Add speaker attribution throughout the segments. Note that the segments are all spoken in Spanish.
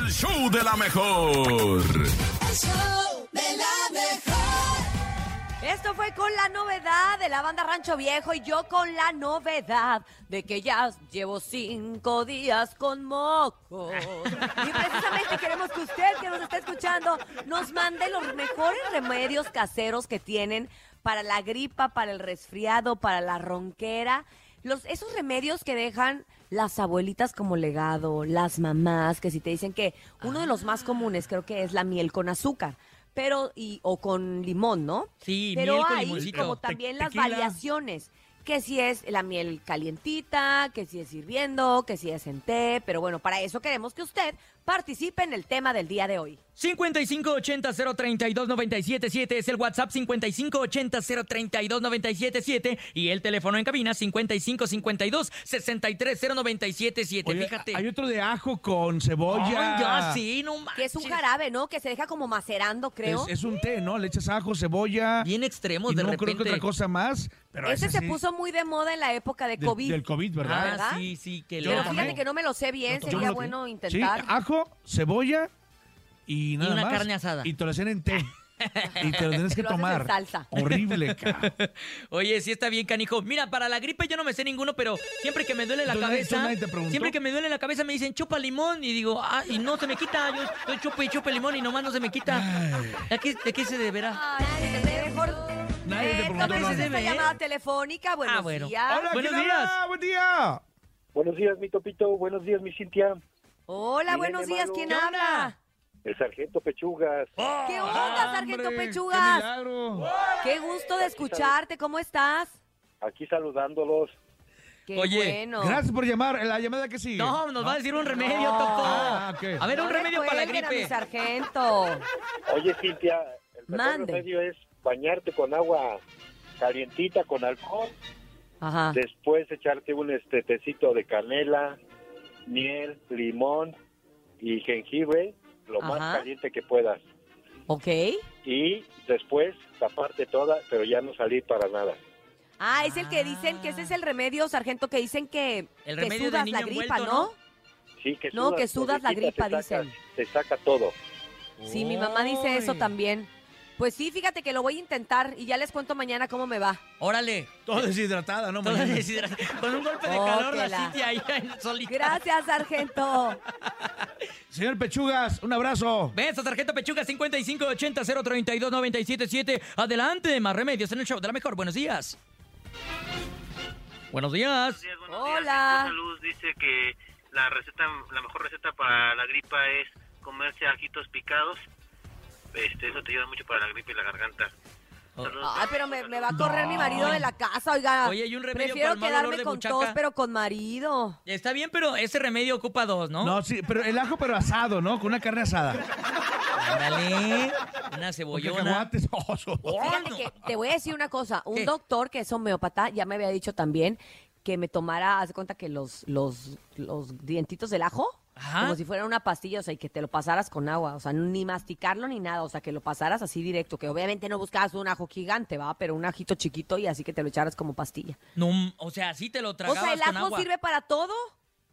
Speaker 1: El show de la mejor.
Speaker 2: El show de la mejor.
Speaker 3: Esto fue con la novedad de la banda Rancho Viejo y yo con la novedad de que ya llevo cinco días con moco. Y precisamente queremos que usted que nos está escuchando nos mande los mejores remedios caseros que tienen para la gripa, para el resfriado, para la ronquera. Los, esos remedios que dejan las abuelitas como legado, las mamás, que si te dicen que uno de los más comunes creo que es la miel con azúcar, pero y, o con limón, ¿no?
Speaker 4: Sí,
Speaker 3: Pero
Speaker 4: miel con
Speaker 3: hay
Speaker 4: limoncito.
Speaker 3: como
Speaker 4: Te-
Speaker 3: también las
Speaker 4: tequila.
Speaker 3: variaciones. Que si es la miel calientita, que si es hirviendo, que si es en té. Pero bueno, para eso queremos que usted participe en el tema del día de hoy.
Speaker 4: 5580-032-977 es el WhatsApp 5580-032-977 y el teléfono en cabina 5552-630977.
Speaker 5: Oye,
Speaker 4: Fíjate.
Speaker 5: Hay otro de ajo con cebolla.
Speaker 4: Ay, ya, sí, no
Speaker 3: Que es un
Speaker 4: manches.
Speaker 3: jarabe, ¿no? Que se deja como macerando, creo.
Speaker 5: Es, es un té, ¿no? Le echas ajo, cebolla.
Speaker 4: Bien
Speaker 5: y
Speaker 4: extremos de
Speaker 5: no
Speaker 4: repente.
Speaker 5: creo que otra cosa más. Pero
Speaker 3: Ese
Speaker 5: ese
Speaker 3: se
Speaker 5: sí,
Speaker 3: puso muy de moda en la época de
Speaker 5: del-
Speaker 3: COVID.
Speaker 5: Del COVID, ¿verdad?
Speaker 3: ¿verdad?
Speaker 4: Ah, sí, sí, que
Speaker 5: Yo
Speaker 3: pero
Speaker 5: lo
Speaker 3: fíjate
Speaker 5: tomé.
Speaker 3: que no me lo sé bien,
Speaker 5: Yo
Speaker 3: sería
Speaker 5: lo-
Speaker 3: bueno
Speaker 5: Sí, ah.
Speaker 3: intentar.
Speaker 5: ajo, cebolla y nada
Speaker 4: una
Speaker 5: más.
Speaker 4: carne asada.
Speaker 5: Y te lo hacían en té. y te lo tienes que
Speaker 3: Lo haces en
Speaker 5: tomar.
Speaker 3: salsa.
Speaker 5: Horrible, cara.
Speaker 4: Oye, sí está bien, canijo. Mira, para la gripe yo no me sé ninguno, pero siempre que me duele la
Speaker 5: ¿Tú nadie- tú
Speaker 4: cabeza,
Speaker 5: nadie te preguntó?
Speaker 4: siempre que me duele la cabeza me dicen chupa limón y digo, ah, y no se me quita. Yo estoy chupe y chupe limón y nomás no se me quita. ¿A qué, a qué se deberá?
Speaker 3: Ay, mejor.
Speaker 5: Nadie te
Speaker 3: Eh,
Speaker 5: preguntó
Speaker 3: tómense
Speaker 4: nada.
Speaker 3: esta llamada telefónica. Buenos
Speaker 4: bueno.
Speaker 3: días.
Speaker 5: Ah, Hola,
Speaker 4: Buenos
Speaker 5: ¿quién habla?
Speaker 4: días.
Speaker 5: Buen día.
Speaker 6: Buenos días, mi Topito. Buenos días, mi Cintia.
Speaker 3: Hola,
Speaker 6: Miguel
Speaker 3: buenos
Speaker 6: de
Speaker 3: días.
Speaker 6: Malo.
Speaker 3: ¿Quién
Speaker 6: ¿Qué
Speaker 3: habla?
Speaker 6: El sargento Pechugas.
Speaker 3: ¿Qué onda, sargento
Speaker 5: Ah, Hombre,
Speaker 3: Pechugas?
Speaker 5: ¡Qué milagro!
Speaker 3: Qué gusto de escucharte. ¿Cómo estás?
Speaker 6: Aquí saludándolos.
Speaker 3: Qué
Speaker 4: Oye,
Speaker 3: bueno.
Speaker 5: Gracias por llamar. La llamada que sigue.
Speaker 4: No, nos va a decir un remedio,
Speaker 3: No.
Speaker 4: Topo.
Speaker 5: Ah, ok.
Speaker 4: A ver,
Speaker 3: No
Speaker 4: un
Speaker 3: le
Speaker 4: remedio para la
Speaker 3: cuelguen a mi
Speaker 4: gripe.
Speaker 3: sargento.
Speaker 6: Oye, Cintia, el mejor
Speaker 3: Mande.
Speaker 6: remedio es bañarte con agua calientita, con alcohol.
Speaker 3: Ajá.
Speaker 6: Después echarte un este, tecito de canela, miel, limón y jengibre, lo
Speaker 3: Ajá.
Speaker 6: más caliente que puedas.
Speaker 3: Ok.
Speaker 6: Y después taparte toda, pero ya no salir para nada.
Speaker 3: Ah, es el que dicen que ese es el remedio, sargento, que dicen que,
Speaker 4: El
Speaker 3: que
Speaker 4: remedio de
Speaker 3: sudas
Speaker 4: niño
Speaker 3: la gripa,
Speaker 4: envuelto,
Speaker 3: ¿no?
Speaker 6: Sí, que
Speaker 3: No, que sudas la
Speaker 6: pobrecita,
Speaker 3: gripa,
Speaker 6: te saca-
Speaker 3: dicen.
Speaker 6: Te saca todo.
Speaker 3: Sí, mi mamá dice eso
Speaker 4: Uy.
Speaker 3: también. Pues sí, fíjate que lo voy a intentar y ya les cuento mañana cómo me va.
Speaker 4: Órale.
Speaker 5: Todo deshidratada, ¿no?
Speaker 4: Toda
Speaker 5: mañana?
Speaker 4: deshidratada. Con un golpe de
Speaker 3: Oh,
Speaker 4: calor
Speaker 3: que la-
Speaker 4: la Cintia ahí en solita.
Speaker 3: Gracias, sargento.
Speaker 5: Señor Pechugas, un abrazo.
Speaker 4: Ven, esta tarjeta pechuga 5580-032-977. Adelante, más remedios en el show de la mejor. Buenos días. Buenos días.
Speaker 7: días, buenos días.
Speaker 3: Hola.
Speaker 7: Sector Salud dice que la receta, la mejor receta para la gripa es comerse ajitos picados. Este, eso te ayuda mucho para la gripa y la garganta.
Speaker 4: Oh.
Speaker 7: Saludos,
Speaker 3: Ay, pero me, me va a correr mi marido de la casa, oiga.
Speaker 4: Oye, ¿y un remedio
Speaker 3: Prefiero
Speaker 4: para el mal olor
Speaker 3: quedarme
Speaker 4: de
Speaker 3: con
Speaker 4: buchaca?
Speaker 3: tos, pero con marido.
Speaker 4: Está bien, pero ese remedio ocupa dos, ¿no?
Speaker 5: No, sí, pero el ajo, pero asado, ¿no? Con una carne asada.
Speaker 4: Ándale. Una
Speaker 5: Con
Speaker 4: cebollona.
Speaker 5: cacahuates. Oh, so-
Speaker 3: Fíjate
Speaker 4: no.
Speaker 3: que te voy a decir una cosa. Un
Speaker 4: ¿Qué?
Speaker 3: doctor que es homeopata ya me había dicho también que me tomara, haz de cuenta que los, los, los dientitos del ajo,
Speaker 4: Ajá.
Speaker 3: como si fuera una pastilla, o sea, y que te lo pasaras con agua, o sea, ni masticarlo ni nada, o sea, que lo pasaras así directo, que obviamente no buscabas un ajo gigante, va, pero un ajito chiquito y así que te lo echaras como pastilla.
Speaker 4: No, o sea, sí te lo
Speaker 3: O
Speaker 4: tragabas
Speaker 3: sea, ¿el
Speaker 4: con
Speaker 3: ajo
Speaker 4: agua.
Speaker 3: sirve para todo?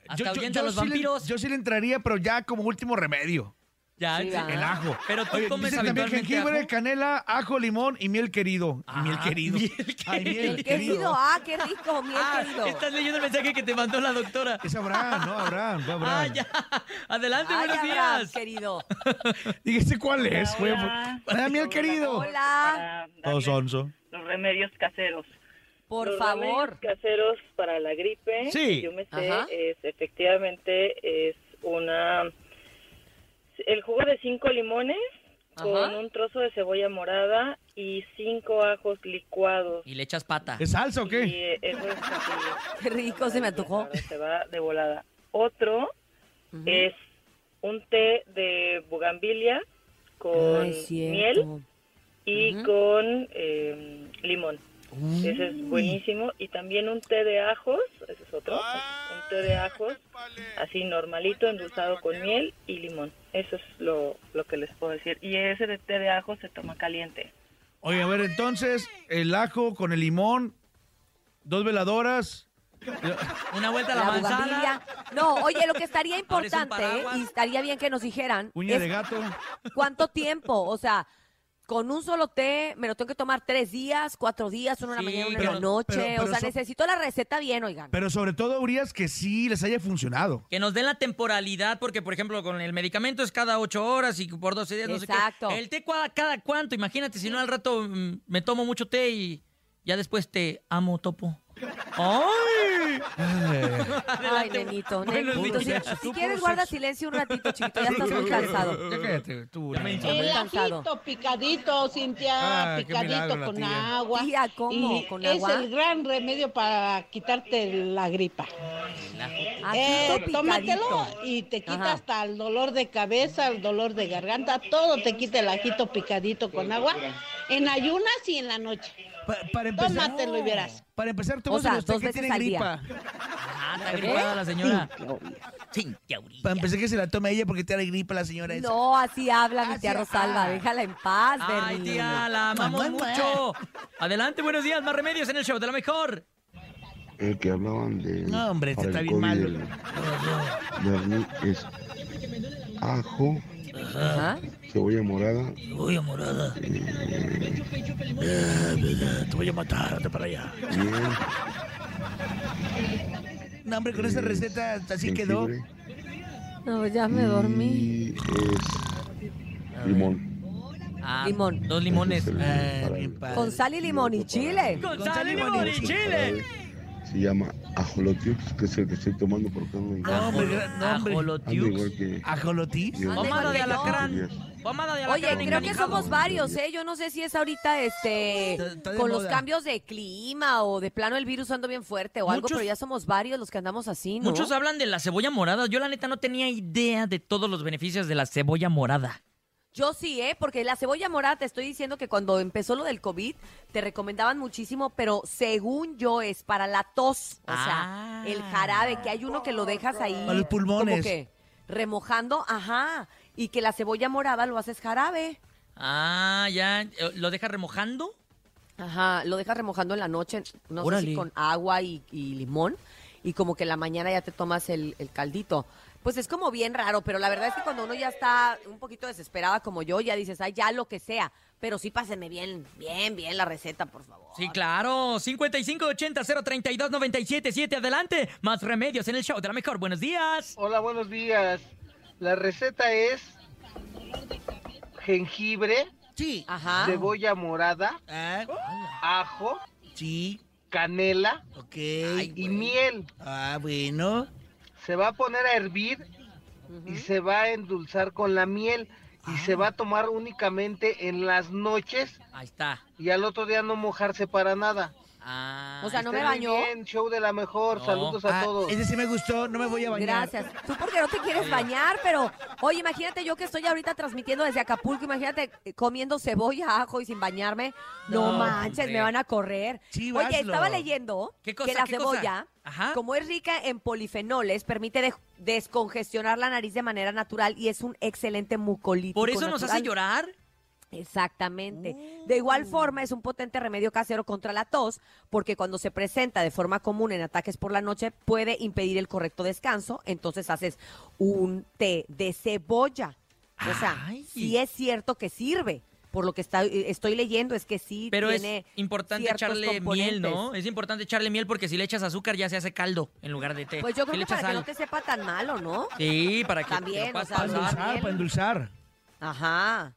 Speaker 4: Hasta
Speaker 5: Yo- yo-
Speaker 4: ahuyenta
Speaker 5: yo
Speaker 4: a los
Speaker 5: sí le-
Speaker 4: vampiros.
Speaker 5: yo sí le entraría, pero ya como último remedio.
Speaker 4: Ya,
Speaker 3: Sí,
Speaker 4: sí.
Speaker 3: va.
Speaker 5: El ajo.
Speaker 4: Ah, Pero tú
Speaker 5: Oye,
Speaker 4: comes
Speaker 5: dicen también
Speaker 4: habitualmente
Speaker 5: jengibre,
Speaker 4: ajo.
Speaker 5: canela, ajo, limón y miel querido.
Speaker 4: Ah,
Speaker 5: miel querido.
Speaker 4: miel
Speaker 5: Ay,
Speaker 4: querido.
Speaker 5: miel
Speaker 3: El querido,
Speaker 5: querido.
Speaker 3: ah, qué rico, miel
Speaker 4: Ah,
Speaker 3: querido.
Speaker 4: estás leyendo el mensaje que te mandó la doctora.
Speaker 5: Es Abraham, ¿no? Abraham, fue
Speaker 4: Ah,
Speaker 5: Abraham.
Speaker 4: ya. Adelante,
Speaker 3: Ay,
Speaker 4: buenos
Speaker 3: Abraham,
Speaker 4: días.
Speaker 3: querido.
Speaker 5: Dígase ¿este cuál es. fue- Ah, miel querido.
Speaker 3: Hola,
Speaker 8: para
Speaker 5: Todo
Speaker 8: darles
Speaker 5: sonso.
Speaker 8: los remedios caseros.
Speaker 3: por
Speaker 8: los
Speaker 3: favor.
Speaker 8: remedios caseros para la gripe,
Speaker 5: Sí.
Speaker 8: que yo me sé,
Speaker 3: Ajá.
Speaker 8: es efectivamente es una el jugo de cinco limones
Speaker 3: Ajá.
Speaker 8: con un trozo de cebolla morada y cinco ajos licuados.
Speaker 4: Y le echas pata.
Speaker 5: ¿Es salsa o
Speaker 8: Y
Speaker 5: qué?
Speaker 8: eh, eso es así.
Speaker 3: Qué rico, se me antojó.
Speaker 8: Ahora Se va de volada. Otro
Speaker 3: Ujú.
Speaker 9: Eh,
Speaker 8: es un té de bugambilia con
Speaker 3: Ay, cierto.
Speaker 8: miel y
Speaker 3: Ujú.
Speaker 8: con eh, limón. Ese es buenísimo. Y también un té de ajos, ese es otro.
Speaker 5: Ah.
Speaker 8: Un té de ajos, así normalito, endulzado con miel y limón. Eso es lo, lo que les puedo decir. Y ese de té de ajos se toma caliente.
Speaker 5: Oye, a ver, entonces, el ajo con el limón, dos veladoras,
Speaker 4: Una vuelta a la,
Speaker 3: La
Speaker 4: manzana.
Speaker 3: bugambilia. No, oye, lo que estaría
Speaker 4: Abres un
Speaker 3: importante ¿eh?
Speaker 4: paraguas.
Speaker 3: y estaría bien que nos dijeran
Speaker 5: Uña
Speaker 3: es
Speaker 5: de gato.
Speaker 3: cuánto tiempo, o sea, con un solo té me lo tengo que tomar tres días, cuatro días, uno en
Speaker 4: Sí,
Speaker 3: la mañana, uno en
Speaker 4: pero-
Speaker 3: la noche,
Speaker 5: pero- pero
Speaker 3: o sea,
Speaker 5: so-
Speaker 3: necesito la receta bien, oigan.
Speaker 5: Pero sobre todo, Urias, que sí les haya funcionado.
Speaker 4: Que nos den la temporalidad, porque, por ejemplo, con el medicamento es cada ocho horas y por 12 días, no sé qué.
Speaker 3: Exacto.
Speaker 4: El té cada, cada cuánto, imagínate, si no al rato mm, me tomo mucho té y ya después te amo, topo. ¡Ay!
Speaker 3: Ay, nenito,
Speaker 5: Bueno,
Speaker 3: nenito,
Speaker 5: el
Speaker 3: si-
Speaker 5: muchacho,
Speaker 3: si,
Speaker 5: tú
Speaker 3: quieres
Speaker 5: puro
Speaker 3: guarda
Speaker 5: sexo.
Speaker 3: silencio un ratito, chiquito, ya estás muy cansado.
Speaker 5: Ya cállate, tú.
Speaker 4: Ya me
Speaker 5: Urias.
Speaker 4: hizo-
Speaker 3: muy
Speaker 9: El
Speaker 3: cansado.
Speaker 9: ajito picadito, Cintia,
Speaker 5: Ah, qué
Speaker 9: picadito
Speaker 5: milagro, la
Speaker 9: con
Speaker 5: tía.
Speaker 9: agua.
Speaker 3: Tía, ¿cómo?
Speaker 9: Y
Speaker 3: ¿Con
Speaker 9: es
Speaker 3: agua?
Speaker 9: el gran remedio para quitarte la gripa. Eh,
Speaker 3: Ajito
Speaker 9: tómatelo
Speaker 3: picadito.
Speaker 9: y te quita
Speaker 3: Ajá.
Speaker 9: hasta el dolor de cabeza, el dolor de garganta, todo te quita el ajito picadito con agua, en ayunas y en la noche.
Speaker 5: Pa- para empezar.
Speaker 9: Tómatelo y verás.
Speaker 5: Para empezar, tú
Speaker 3: O
Speaker 5: no
Speaker 3: sea,
Speaker 5: sabes
Speaker 3: dos
Speaker 5: que
Speaker 3: veces
Speaker 5: tiene
Speaker 3: al
Speaker 5: gripa.
Speaker 3: día.
Speaker 4: Ah, está gripada la señora. Cintia Urias.
Speaker 5: Para empezar, que se la tome ella porque tiene gripa la señora esa.
Speaker 3: No, así habla mi
Speaker 5: Así-
Speaker 3: tía Rosalba,
Speaker 5: ah.
Speaker 3: déjala en paz,
Speaker 4: Ay,
Speaker 3: Bernie.
Speaker 4: tía, la amamos
Speaker 5: Mamá.
Speaker 4: mucho. Adelante, buenos días, más remedios en el show de la mejor.
Speaker 10: El que hablaban de.
Speaker 5: No, hombre, este
Speaker 10: para
Speaker 5: está
Speaker 10: el
Speaker 5: bien
Speaker 10: COVID,
Speaker 5: malo.
Speaker 10: el- de arni- es ajo,
Speaker 3: Ajá.
Speaker 10: cebolla morada,
Speaker 4: Uy, morada.
Speaker 5: Te voy a matar, anda para allá.
Speaker 10: miel,
Speaker 5: No, hombre, con esa receta así quedó.
Speaker 10: eh, jengibre
Speaker 3: No, ya me dormí.
Speaker 10: y es limón.
Speaker 4: Ah,
Speaker 3: Limón.
Speaker 4: Dos limones. Eh,
Speaker 10: Ese es el-
Speaker 5: Ah,
Speaker 10: para
Speaker 5: bien
Speaker 10: el-
Speaker 5: padre.
Speaker 3: Con sal y limón y chile.
Speaker 4: Con
Speaker 5: Con
Speaker 4: sal
Speaker 5: sal
Speaker 4: y
Speaker 5: y
Speaker 4: limón
Speaker 5: limón
Speaker 4: y
Speaker 5: y
Speaker 4: chile.
Speaker 10: Se llama ajolotiux, que es el que estoy tomando porque ando en
Speaker 5: No, hombre, no, hombre.
Speaker 10: Ando igual
Speaker 4: Ajolotiux.
Speaker 10: que.
Speaker 5: ¿Ajolotí?
Speaker 10: Dios.
Speaker 3: Ande
Speaker 4: Pomada
Speaker 3: igual
Speaker 4: de
Speaker 3: que yo.
Speaker 4: alacrán. Pomada de alacrán.
Speaker 3: Oye, creo que
Speaker 4: encanijado.
Speaker 3: somos varios, ¿eh? Yo no sé si es ahorita, este,
Speaker 5: Está- está de
Speaker 3: con los
Speaker 5: moda.
Speaker 3: cambios de clima o de plano el virus ando bien fuerte o algo,
Speaker 4: Muchos-
Speaker 3: pero ya somos varios los que andamos así, ¿no?
Speaker 4: Muchos hablan de la cebolla morada. Yo, la neta, no tenía idea de todos los beneficios de la cebolla morada.
Speaker 3: Yo sí, ¿eh? Porque la cebolla morada, te estoy diciendo que cuando empezó lo del COVID, te recomendaban muchísimo, pero según yo es para la tos, o
Speaker 4: Ah.
Speaker 3: sea, el jarabe, que hay uno que lo dejas ahí.
Speaker 5: Para los pulmones.
Speaker 3: Como que remojando, ajá, y que la cebolla morada lo haces jarabe.
Speaker 4: Ah, ya. eh, ¿Lo deja remojando?
Speaker 3: Ajá, lo dejas remojando en la noche, no sé
Speaker 4: Órale.
Speaker 3: si con agua y, y limón, y como que en la mañana ya te tomas el, el caldito. Pues es como bien raro, pero la verdad es que cuando uno ya está un poquito desesperada como yo, ya dices, ay, ya lo que sea, pero sí pásenme bien, bien, bien la receta, por favor.
Speaker 4: Sí, claro. 5580-032-977. Adelante. Más remedios en el show de la mejor. Buenos días.
Speaker 11: Hola, buenos días. La receta es jengibre,
Speaker 5: Sí.
Speaker 3: Ajá.
Speaker 11: cebolla morada,
Speaker 5: Ah,
Speaker 11: ajo,
Speaker 5: sí,
Speaker 11: canela
Speaker 5: ok.
Speaker 11: y miel.
Speaker 5: Ah, bueno.
Speaker 11: Se va a poner a hervir
Speaker 3: ¿Mm?
Speaker 11: y se va a endulzar con la miel y
Speaker 3: Ah.
Speaker 11: se va a tomar únicamente en las noches
Speaker 4: Ahí está.
Speaker 11: y al otro día no mojarse para nada.
Speaker 4: Ah,
Speaker 3: O sea, no me
Speaker 11: Estén muy
Speaker 3: bañó.
Speaker 11: bien, show de la mejor.
Speaker 4: No.
Speaker 11: Saludos a
Speaker 5: Ah,
Speaker 11: todos.
Speaker 5: Ese sí me gustó, no me voy a bañar.
Speaker 3: Gracias. Tú porque no te quieres bañar, pero oye, imagínate yo que estoy ahorita transmitiendo desde Acapulco, imagínate eh, comiendo cebolla, ajo y sin bañarme. No,
Speaker 4: No,
Speaker 3: manches,
Speaker 4: hombre.
Speaker 3: me van a correr.
Speaker 5: Sí,
Speaker 3: oye,
Speaker 5: hazlo.
Speaker 3: estaba leyendo
Speaker 4: ¿Qué cosa,
Speaker 3: que la
Speaker 4: qué cosa?
Speaker 3: cebolla,
Speaker 4: Ajá.
Speaker 3: como es rica en polifenoles, permite de- descongestionar la nariz de manera natural y es un excelente mucolítico.
Speaker 4: ¿Por eso nos
Speaker 3: natural.
Speaker 4: hace llorar?
Speaker 3: Exactamente. De
Speaker 4: Mm.
Speaker 3: igual forma, es un potente remedio casero contra la tos, porque cuando se presenta de forma común en ataques por la noche, puede impedir el correcto descanso. Entonces haces un té de cebolla. O sea,
Speaker 4: Ay.
Speaker 3: sí es cierto que sirve. Por lo que está- eh, estoy leyendo es que sí
Speaker 4: Pero es
Speaker 3: tiene
Speaker 4: importante
Speaker 3: ciertos
Speaker 4: echarle miel, ¿no?
Speaker 3: componentes.
Speaker 4: Es importante echarle miel porque si le echas azúcar ya se hace caldo en lugar de té.
Speaker 3: Pues yo
Speaker 4: Si
Speaker 3: creo
Speaker 4: le
Speaker 3: que para
Speaker 4: echas
Speaker 3: que no
Speaker 4: sal.
Speaker 3: te sepa tan malo, ¿no?
Speaker 4: Sí, para que te lo
Speaker 3: También,
Speaker 4: puedas
Speaker 3: o sea,
Speaker 5: Para
Speaker 3: lo-
Speaker 4: pasar.
Speaker 5: endulzar, para endulzar.
Speaker 3: Ajá.